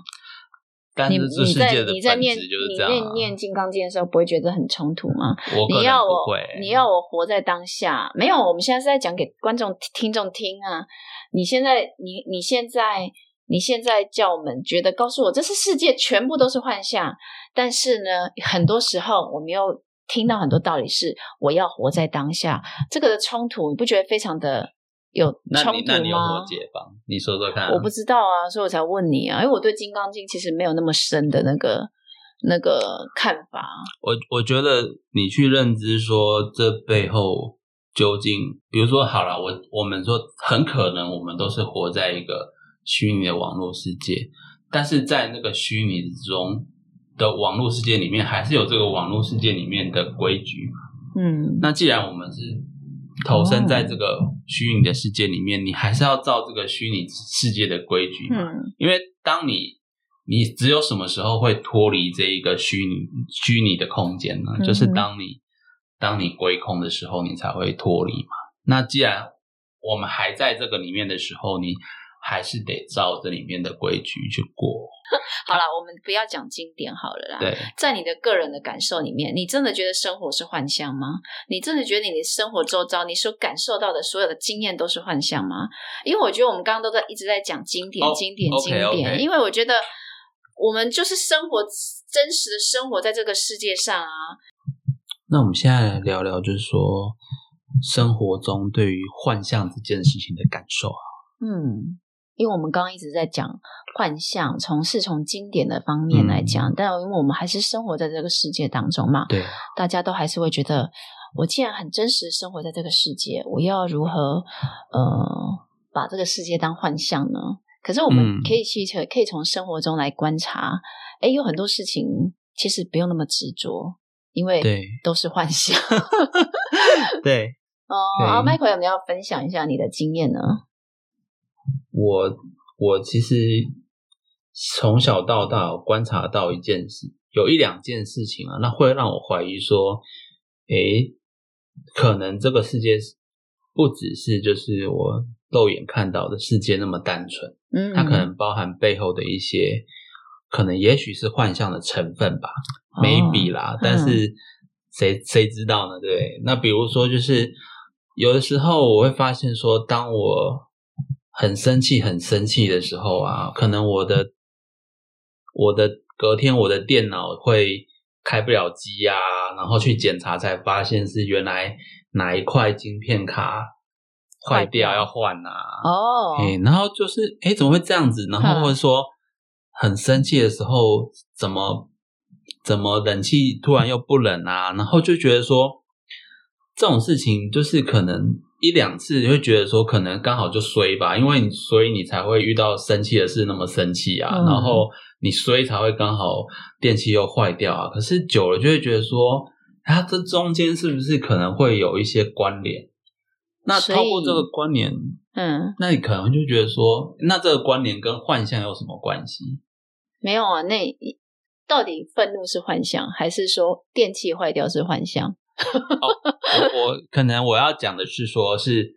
Speaker 1: 但
Speaker 2: 你
Speaker 1: 是这
Speaker 2: 你
Speaker 1: 世
Speaker 2: 在
Speaker 1: 界的
Speaker 2: 你在
Speaker 1: 本
Speaker 2: 念
Speaker 1: 质就是
Speaker 2: 你
Speaker 1: 这样、啊
Speaker 2: 念念《金刚经》的时候，不会觉得很冲突吗？
Speaker 1: 我个
Speaker 2: 你
Speaker 1: 人
Speaker 2: 要
Speaker 1: 不
Speaker 2: 我
Speaker 1: 会，
Speaker 2: 你要我活在当下，没有，我们现在是在讲给观众听众听啊。你现在你你现在你现在叫我们觉得告诉我，这是世界全部都是幻象，但是呢，很多时候我们又听到很多道理是我要活在当下，这个的冲突，你不觉得非常的有
Speaker 1: 那你
Speaker 2: 冲
Speaker 1: 那你
Speaker 2: 突
Speaker 1: 有没有
Speaker 2: 吗？
Speaker 1: 解放？你说说看啊、
Speaker 2: 我不知道啊，所以我才问你啊，因为我对《金刚经》其实没有那么深的那个那个看法。
Speaker 1: 我我觉得你去认知说这背后究竟，比如说好了，我我们说很可能我们都是活在一个虚拟的网络世界，但是在那个虚拟中的网络世界里面，还是有这个网络世界里面的规矩嘛。
Speaker 2: 嗯，
Speaker 1: 那既然我们是投身
Speaker 2: 哦
Speaker 1: 在这个虚拟的世界里面，你还是要照这个虚拟世界的规矩嘛。
Speaker 2: 嗯，
Speaker 1: 因为当你你只有什么时候会脱离这一个虚拟虚拟的空间呢？
Speaker 2: 嗯哼
Speaker 1: 就是当你当你归空的时候，你才会脱离嘛。那既然我们还在这个里面的时候，你还是得照这里面的规矩去过。
Speaker 2: 好了，我们不要讲经典好了啦。
Speaker 1: 对，
Speaker 2: 在你的个人的感受里面，你真的觉得生活是幻象吗？你真的觉得你的生活周遭你所感受到的所有的经验都是幻象吗？因为我觉得我们刚刚都在一直在讲经典、
Speaker 1: 哦
Speaker 2: 经典、经
Speaker 1: OK，OK
Speaker 2: 典因为我觉得我们就是生活真实的生活在这个世界上啊。
Speaker 1: 那我们现在来聊聊，就是说生活中对于幻象这件事情的感受啊。
Speaker 2: 嗯，因为我们刚刚一直在讲幻象，从是从经典的方面来讲，但因为我们还是生活在这个世界当中嘛，
Speaker 1: 对，
Speaker 2: 大家都还是会觉得，我既然很真实地生活在这个世界，我要如何呃把这个世界当幻象呢？可是我
Speaker 1: 嗯
Speaker 2: 们可以去从、可以从生活中来观察，哎，有很多事情其实不用那么执着，因为
Speaker 1: 对
Speaker 2: 都是幻象。
Speaker 1: 对，
Speaker 2: 哦，啊，Michael 有没有要分享一下你的经验呢？
Speaker 1: 我我其实从小到大我观察到一件事，有一两件事情啊，那会让我怀疑说，诶，可能这个世界不只是就是我肉眼看到的世界那么单纯，
Speaker 2: 嗯，
Speaker 1: 它可能包含背后的一些，可能也许是幻象的成分吧
Speaker 2: 哦
Speaker 1: ，maybe 啦，但
Speaker 2: 嗯
Speaker 1: 是谁谁知道呢？对不对，那比如说就是有的时候我会发现说，当我很生气、很生气的时候啊，可能我的我的隔天我的电脑会开不了机啊，然后去检查才发现是原来哪一块晶片卡
Speaker 2: 坏
Speaker 1: 坏掉
Speaker 2: 掉
Speaker 1: 要换啊，
Speaker 2: 哦，
Speaker 1: 哎、然后就是哎、怎么会这样子？然
Speaker 2: 嗯
Speaker 1: 后或者说很生气的时候，怎么怎么冷气突然又不冷啊？然后就觉得说这种事情就是可能一两次，你会觉得说可能刚好就衰吧，因为你所以你才会遇到生气的事那么生气啊，
Speaker 2: 嗯
Speaker 1: 然后你衰才会刚好电器又坏掉啊。可是久了就会觉得说，它这中间是不是可能会有一些关联？那
Speaker 2: 所
Speaker 1: 透过
Speaker 2: 以
Speaker 1: 这个关联，
Speaker 2: 嗯，
Speaker 1: 那你可能就觉得说，那这个关联跟幻象有什么关系？
Speaker 2: 没有啊，那到底愤怒是幻象，还是说电器坏掉是幻象？
Speaker 1: 我我可能我要讲的是说，是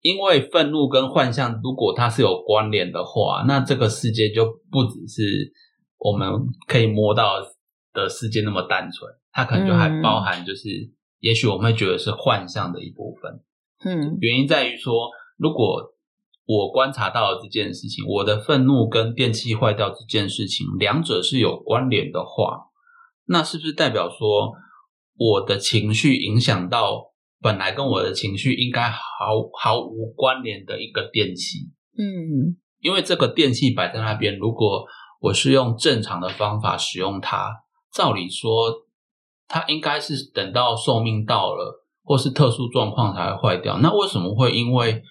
Speaker 1: 因为愤怒跟幻象，如果它是有关联的话，那这个世界就不只是我们可以摸到的世界那么单纯，它可能就还
Speaker 2: 嗯
Speaker 1: 包含就是，也许我们会觉得是幻象的一部分。
Speaker 2: 嗯
Speaker 1: 原因在于说，如果我观察到了这件事情，我的愤怒跟电器坏掉这件事情，两者是有关联的话，那是不是代表说我的情绪影响到本来跟我的情绪应该毫毫无关联的一个电器？
Speaker 2: 嗯
Speaker 1: 因为这个电器摆在那边，如果我是用正常的方法使用它，照理说它应该是等到寿命到了，或是特殊状况才会坏掉。那为什么会因为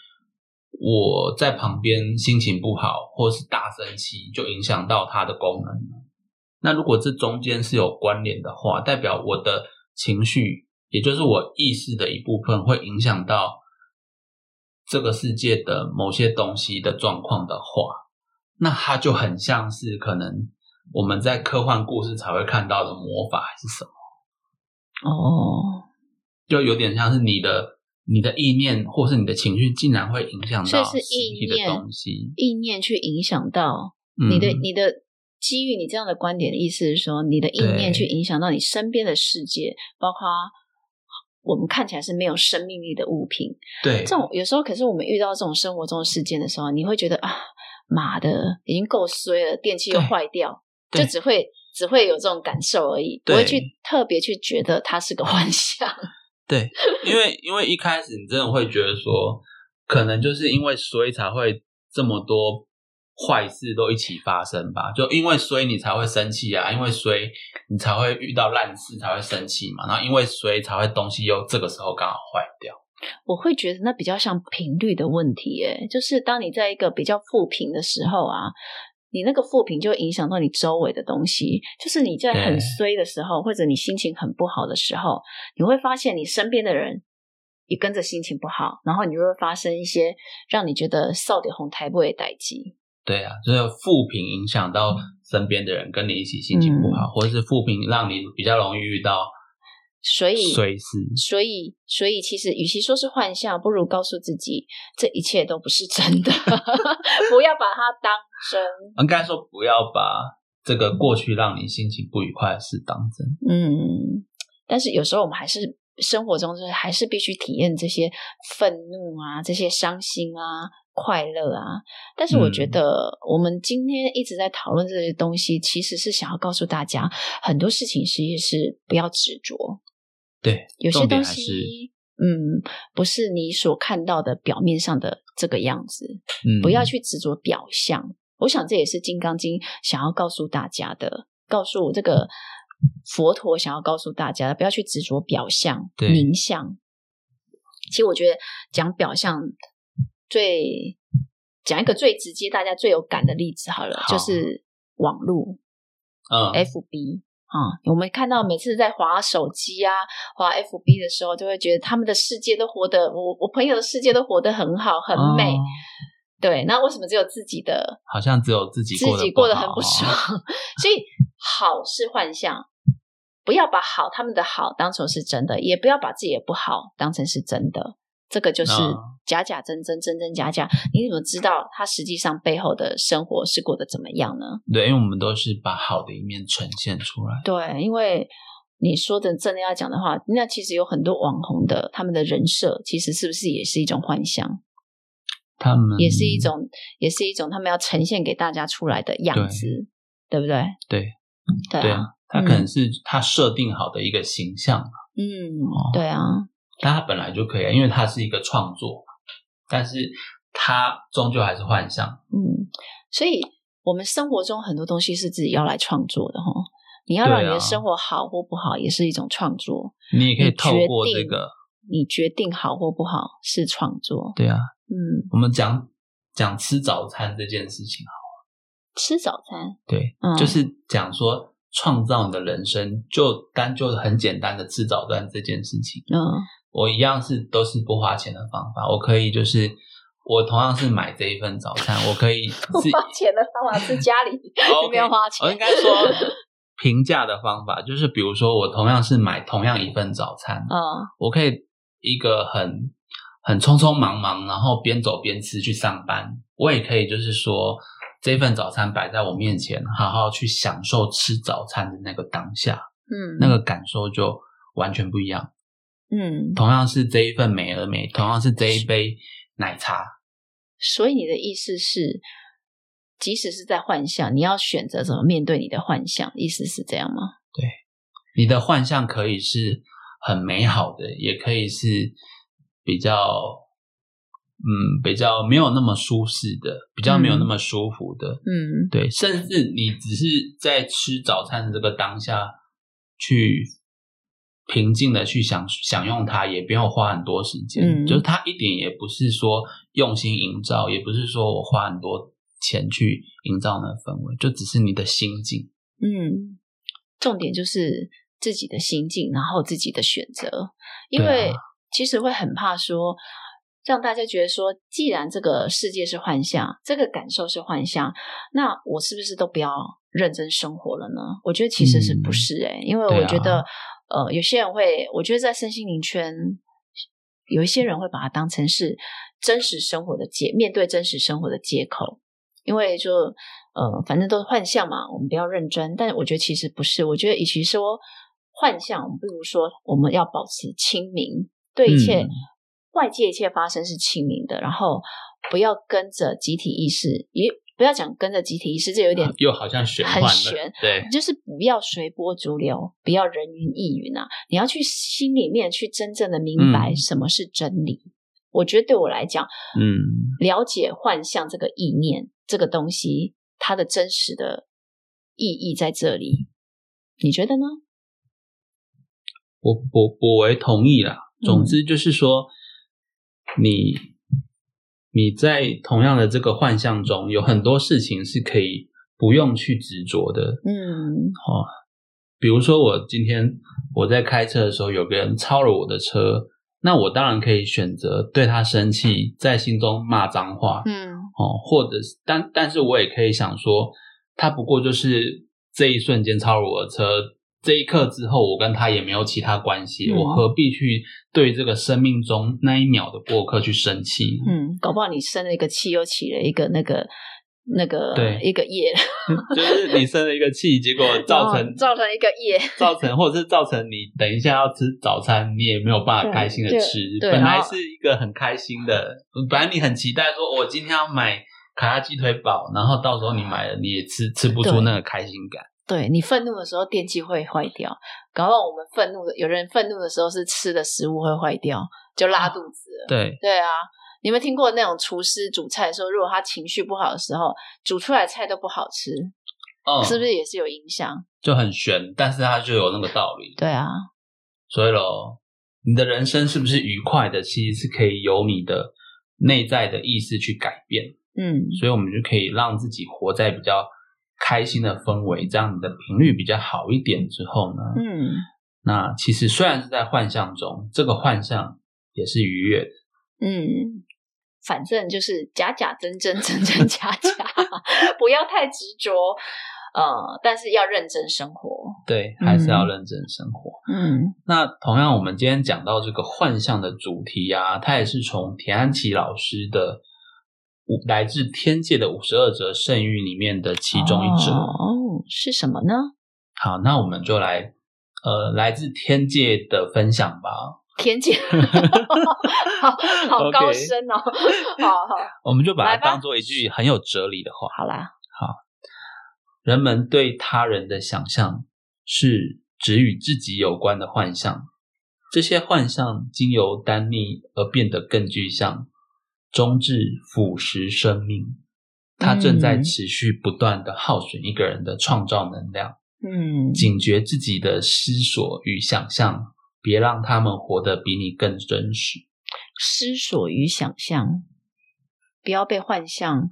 Speaker 1: 我在旁边心情不好，或是大生气，就影响到它的功能呢？那如果这中间是有关联的话，代表我的情绪，也就是我意识的一部分，会影响到这个世界的某些东西的状况的话，那它就很像是可能我们在科幻故事才会看到的魔法还是什么，
Speaker 2: 哦，
Speaker 1: 就有点像是你的你的意念或是你的情绪，竟然会影响
Speaker 2: 所以
Speaker 1: 到
Speaker 2: 是
Speaker 1: 实
Speaker 2: 意
Speaker 1: 体的
Speaker 2: 念
Speaker 1: 东西。
Speaker 2: 意念去影响到
Speaker 1: 嗯
Speaker 2: 你的、你的。基于你这样的观点的意思是说，你的意念
Speaker 1: 对
Speaker 2: 去影响到你身边的世界，包括我们看起来是没有生命力的物品，
Speaker 1: 对
Speaker 2: 这种有时候，可是我们遇到这种生活中的事件的时候，你会觉得啊，妈的，已经够衰了，电器又
Speaker 1: 对
Speaker 2: 坏掉，就
Speaker 1: 对
Speaker 2: 只会只会有这种感受而已，不
Speaker 1: 对
Speaker 2: 会去特别去觉得它是个 幻象。
Speaker 1: 对，因为因为一开始你真的会觉得说，可能就是因为衰才会这么多坏事都一起发生吧，就因为衰你才会生气啊，因为衰你才会遇到烂事才会生气嘛，然后因为衰才会东西又这个时候刚好坏掉。
Speaker 2: 我会觉得那比较像频率的问题，诶，就是当你在一个比较负评的时候啊，你那个负评就会影响到你周围的东西。就是你在很
Speaker 1: 对
Speaker 2: 衰的时候，或者你心情很不好的时候，你会发现你身边的人也跟着心情不好，然后你就会发生一些让你觉得扫点红台不会待机。
Speaker 1: 对啊，就是负评影响到身边的人跟你一起心情不
Speaker 2: 嗯
Speaker 1: 好，或者是负评让你比较容易遇到
Speaker 2: 所以，
Speaker 1: 衰事。
Speaker 2: 所以，所以，其实，与其说是幻象，不如告诉自己，这一切都不是真的， 不要把它当真。
Speaker 1: 呃应该说不要把这个过去让你心情不愉快的事当真。
Speaker 2: 嗯，但是有时候我们还是生活中就是还是必须体验这些愤怒啊，这些伤心啊。快乐啊！但是我觉
Speaker 1: 嗯
Speaker 2: 得我们今天一直在讨论这些东西，其实是想要告诉大家，很多事情其实是不要执着，
Speaker 1: 对，
Speaker 2: 有些
Speaker 1: 重点
Speaker 2: 东
Speaker 1: 还是
Speaker 2: 西，嗯，不是你所看到的表面上的这个样子。
Speaker 1: 嗯，
Speaker 2: 不要去执着表象。我想这也是《金刚经》想要告诉大家的，告诉这个佛陀想要告诉大家的，不要去执着表象、
Speaker 1: 对
Speaker 2: 名相。其实我觉得讲表象最讲一个最直接、大家最有感的例子好了，
Speaker 1: 好
Speaker 2: 就是网络
Speaker 1: 嗯
Speaker 2: FB。啊、我们看到每次在划手机啊、划 FB 的时候，就会觉得他们的世界都活得，我我朋友的世界都活得很好、很美。
Speaker 1: 哦
Speaker 2: 对，那为什么只有自己的
Speaker 1: 好像只有自己
Speaker 2: 自己过得
Speaker 1: 得
Speaker 2: 很
Speaker 1: 好啊哦
Speaker 2: 不爽？ 所以好是幻象，不要把好他们的好当成是真的，也不要把自己的不好当成是真的。这个就是
Speaker 1: 那
Speaker 2: 假假真真，真真假假。你怎么知道他实际上背后的生活是过得怎么样呢？
Speaker 1: 对，因为我们都是把好的一面呈现出来。
Speaker 2: 对，因为你说的真的要讲的话，那其实有很多网红的他们的人设，其实是不是也是一种幻想，
Speaker 1: 他们
Speaker 2: 也是一
Speaker 1: 嗯
Speaker 2: 种，也是一种他们要呈现给大家出来的样子，对不对？
Speaker 1: 对
Speaker 2: 对
Speaker 1: 对
Speaker 2: 啊，
Speaker 1: 啊，他可能是他设定好的一个形象，
Speaker 2: 嗯
Speaker 1: 哦，
Speaker 2: 对啊，
Speaker 1: 但他本来就可以啊，因为他是一个创作嘛，但是他终究还是幻象。
Speaker 2: 嗯，所以我们生活中很多东西是自己要来创作的哈。你要
Speaker 1: 对啊
Speaker 2: 让你的生活好或不好，也是一种创作。
Speaker 1: 你也可以透
Speaker 2: 你决
Speaker 1: 过
Speaker 2: 定
Speaker 1: 这个，
Speaker 2: 你决定好或不好是创作。
Speaker 1: 对啊，
Speaker 2: 嗯，
Speaker 1: 我们讲讲吃早餐这件事情啊，
Speaker 2: 吃早餐，
Speaker 1: 对，
Speaker 2: 嗯
Speaker 1: 就是讲说创造你的人生，就单就很简单的吃早餐这件事情。
Speaker 2: 嗯
Speaker 1: 我一样是都是不花钱的方法，我可以就是我同样是买这一份早餐，我可 以自己哦
Speaker 2: 花钱的方法是家里
Speaker 1: OK
Speaker 2: 没有花钱
Speaker 1: 我应该说平价的方法，就是比如说我同样是买同样一份早餐，
Speaker 2: 啊，
Speaker 1: 我可以一个很很匆匆忙忙，然后边走边吃去上班，我也可以就是说这份早餐摆在我面前，好好去享受吃早餐的那个当下，
Speaker 2: 嗯，
Speaker 1: 那个感受就完全不一样。
Speaker 2: 嗯，
Speaker 1: 同样是这一份美而美，同样是这一杯奶茶，
Speaker 2: 所以你的意思是，即使是在幻象，你要选择怎么面对你的幻象，意思是这样吗？
Speaker 1: 你的幻象可以是很美好的，也可以是比较，嗯，比较没有那么舒适的，比较没有那么舒服的，
Speaker 2: 嗯
Speaker 1: 对，甚至你只是在吃早餐的这个当下去。平静的去享享用它，也不用花很多时间。
Speaker 2: 嗯
Speaker 1: 就是它一点也不是说用心营造，也不是说我花很多钱去营造那个氛围，就只是你的心境。
Speaker 2: 嗯，重点就是自己的心境，然后自己的选择，因
Speaker 1: 对啊
Speaker 2: 为其实会很怕说。让大家觉得说，既然这个世界是幻象，这个感受是幻象，那我是不是都不要认真生活了呢？我觉得其实是不
Speaker 1: 嗯
Speaker 2: 是诶、因为
Speaker 1: 对
Speaker 2: 我
Speaker 1: 啊
Speaker 2: 觉得、呃，有些人会，我觉得在身心灵圈，有一些人会把它当成是真实生活的借，面对真实生活的借口。因为就呃，反正都是幻象嘛，我们不要认真。但我觉得其实不是，我觉得与其说幻象，我们不如说我们要保持清明，对一切、
Speaker 1: 嗯
Speaker 2: 外界一切发生是清明的，然后不要跟着集体意识，也不要讲跟着集体意识，这有点
Speaker 1: 啊又好像玄幻了，
Speaker 2: 很玄
Speaker 1: 对，
Speaker 2: 就是不要随波逐流，不要人云亦云啊！你要去心里面去真正的明白
Speaker 1: 嗯
Speaker 2: 什么是真理。我觉得对我来讲，
Speaker 1: 嗯，
Speaker 2: 了解幻象这个意念这个东西，它的真实的意义在这里。你觉得呢？
Speaker 1: 我我我为同意啦。总之就是说，你你在同样的这个幻象中，有很多事情是可以不用去执着的。
Speaker 2: 嗯
Speaker 1: 哦，比如说我今天我在开车的时候，有个人超了我的车，那我当然可以选择对他生气，在心中骂脏话，
Speaker 2: 嗯
Speaker 1: 哦，或者是但但是我也可以想说，他不过就是这一瞬间超了我的车，这一刻之后我跟他也没有其他关系，
Speaker 2: 嗯
Speaker 1: 我何必去对这个生命中那一秒的过客去生气？
Speaker 2: 嗯，搞不好你生了一个气，又起了一个那个那个
Speaker 1: 对
Speaker 2: 一个业，
Speaker 1: 就是你生了一个气，结 果造成、
Speaker 2: 嗯哦造成一个业，
Speaker 1: 造成或者是造成你等一下要吃早餐，你也没有办法开心的
Speaker 2: 对
Speaker 1: 吃。
Speaker 2: 对
Speaker 1: 本来
Speaker 2: 然后
Speaker 1: 是一个很开心的，本来你很期待说，我今天要买卡拉鸡腿堡，然后到时候你买了你也吃吃不
Speaker 2: 对
Speaker 1: 出那个开心感。
Speaker 2: 对你愤怒的时候，电器会坏掉。搞不好我们愤怒的，有人愤怒的时候是吃的食物会坏掉，就拉肚子了。
Speaker 1: 对，
Speaker 2: 对啊，你有没有听过那种厨师煮菜的时候，如果他情绪不好的时候，煮出来的菜都不好吃，
Speaker 1: 嗯，
Speaker 2: 是不是也是有影响？
Speaker 1: 就很悬？但是它就有那个道理，
Speaker 2: 对啊，
Speaker 1: 所以咯，你的人生是不是愉快的，其实是可以由你的内在的意识去改变，
Speaker 2: 嗯
Speaker 1: 所以我们就可以让自己活在比较开心的氛围，这样你的频率比较好一点之后呢，
Speaker 2: 嗯，
Speaker 1: 那其实虽然是在幻象中，这个幻象也是愉悦的。
Speaker 2: 嗯，反正就是假假真真，真真假假， 不要太执着，呃，但是要认真生活。
Speaker 1: 对，
Speaker 2: 嗯
Speaker 1: 还是要认真生活。
Speaker 2: 嗯
Speaker 1: 那同样，我们今天讲到这个幻象的主题啊，它也是从田安琪老师的五来自天界的五十二则圣谕里面的其中一则。
Speaker 2: 哦，是什么呢？
Speaker 1: 好，那我们就来呃来自天界的分享吧，
Speaker 2: 田姐，好好高
Speaker 1: OK
Speaker 2: 深哦，好好
Speaker 1: 我们就把
Speaker 2: 来
Speaker 1: 它
Speaker 2: 吧
Speaker 1: 当做一句很有哲理的话。
Speaker 2: 好啦，
Speaker 1: 人们对他人的想象是只与自己有关的幻象，这些幻象经由单逆而变得更具象，终至腐蚀生命。它正在
Speaker 2: 嗯
Speaker 1: 持续不断的耗损一个人的创造能量，
Speaker 2: 嗯
Speaker 1: 警觉自己的思索与想象，别让他们活得比你更真实。
Speaker 2: 思索与想象，不要被幻象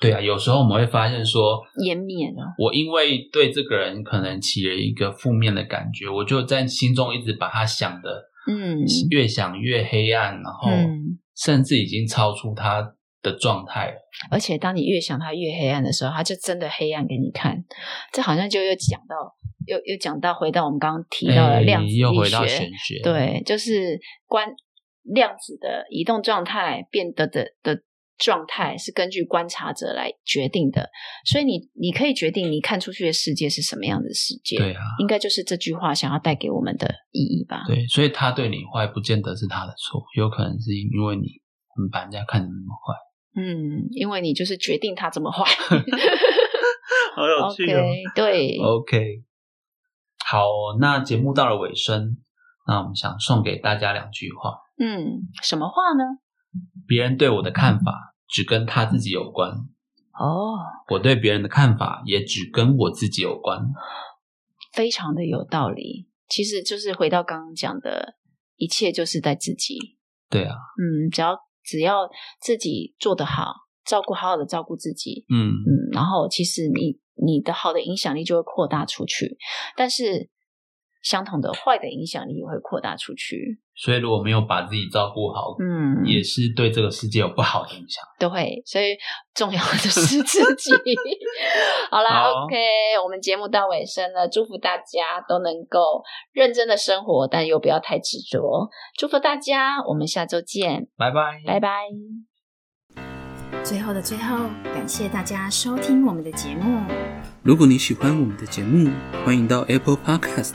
Speaker 1: 对啊，有时候我们会发现说，
Speaker 2: 湮灭了。
Speaker 1: 我因为对这个人可能起了一个负面的感觉，我就在心中一直把他想的
Speaker 2: 嗯
Speaker 1: 越想越黑暗，然后
Speaker 2: 嗯，
Speaker 1: 甚至已经超出他的状态了。
Speaker 2: 而且当你越想它越黑暗的时候，它就真的黑暗给你看。这好像就又讲到，又又讲到回到我们刚刚提到的
Speaker 1: 哎
Speaker 2: 量子力学，
Speaker 1: 又回到玄学，，
Speaker 2: 对，就是观量子的移动状态变得的的状态是根据观察者来决定的，所以你你可以决定你看出去的世界是什么样的世界。
Speaker 1: 对啊，
Speaker 2: 应该就是这句话想要带给我们的意义吧。
Speaker 1: 对，所以他对你坏，不见得是他的错，有可能是因为你你把人家看得那么坏，
Speaker 2: 嗯，因为你就是决定它 怎么坏。
Speaker 1: 好哦
Speaker 2: OK，对，
Speaker 1: OK，好哦、那节目到了尾声，那我们想送给大家两句话：
Speaker 2: 嗯，什么话呢？
Speaker 1: 别人对我的看法只跟他自己有关，
Speaker 2: 哦，
Speaker 1: 我对别人的看法也只跟我自己有关。
Speaker 2: 非常的有道理。其实就是回到刚刚讲的，一切就是在自己。
Speaker 1: 对啊，
Speaker 2: 嗯，只要只要自己做得好，照顾好好的照顾自己，
Speaker 1: 嗯，
Speaker 2: 嗯，然后其实你你的好的影响力就会扩大出去，但是相同的坏的影响力也会扩大出去，
Speaker 1: 所以如果没有把自己照顾好，
Speaker 2: 嗯，
Speaker 1: 也是对这个世界有不好的影响。
Speaker 2: 都会，所以重要的是自己。 好啦
Speaker 1: 好
Speaker 2: o k 我们节目到尾声了，祝福大家都能够认真的生活，但又不要太执着。祝福大家，我们下周见，
Speaker 1: 拜拜，
Speaker 2: 拜拜。
Speaker 3: 最后的最后，感谢大家收听我们的节目。
Speaker 4: 如果你喜欢我们的节目，欢迎到 Apple Podcast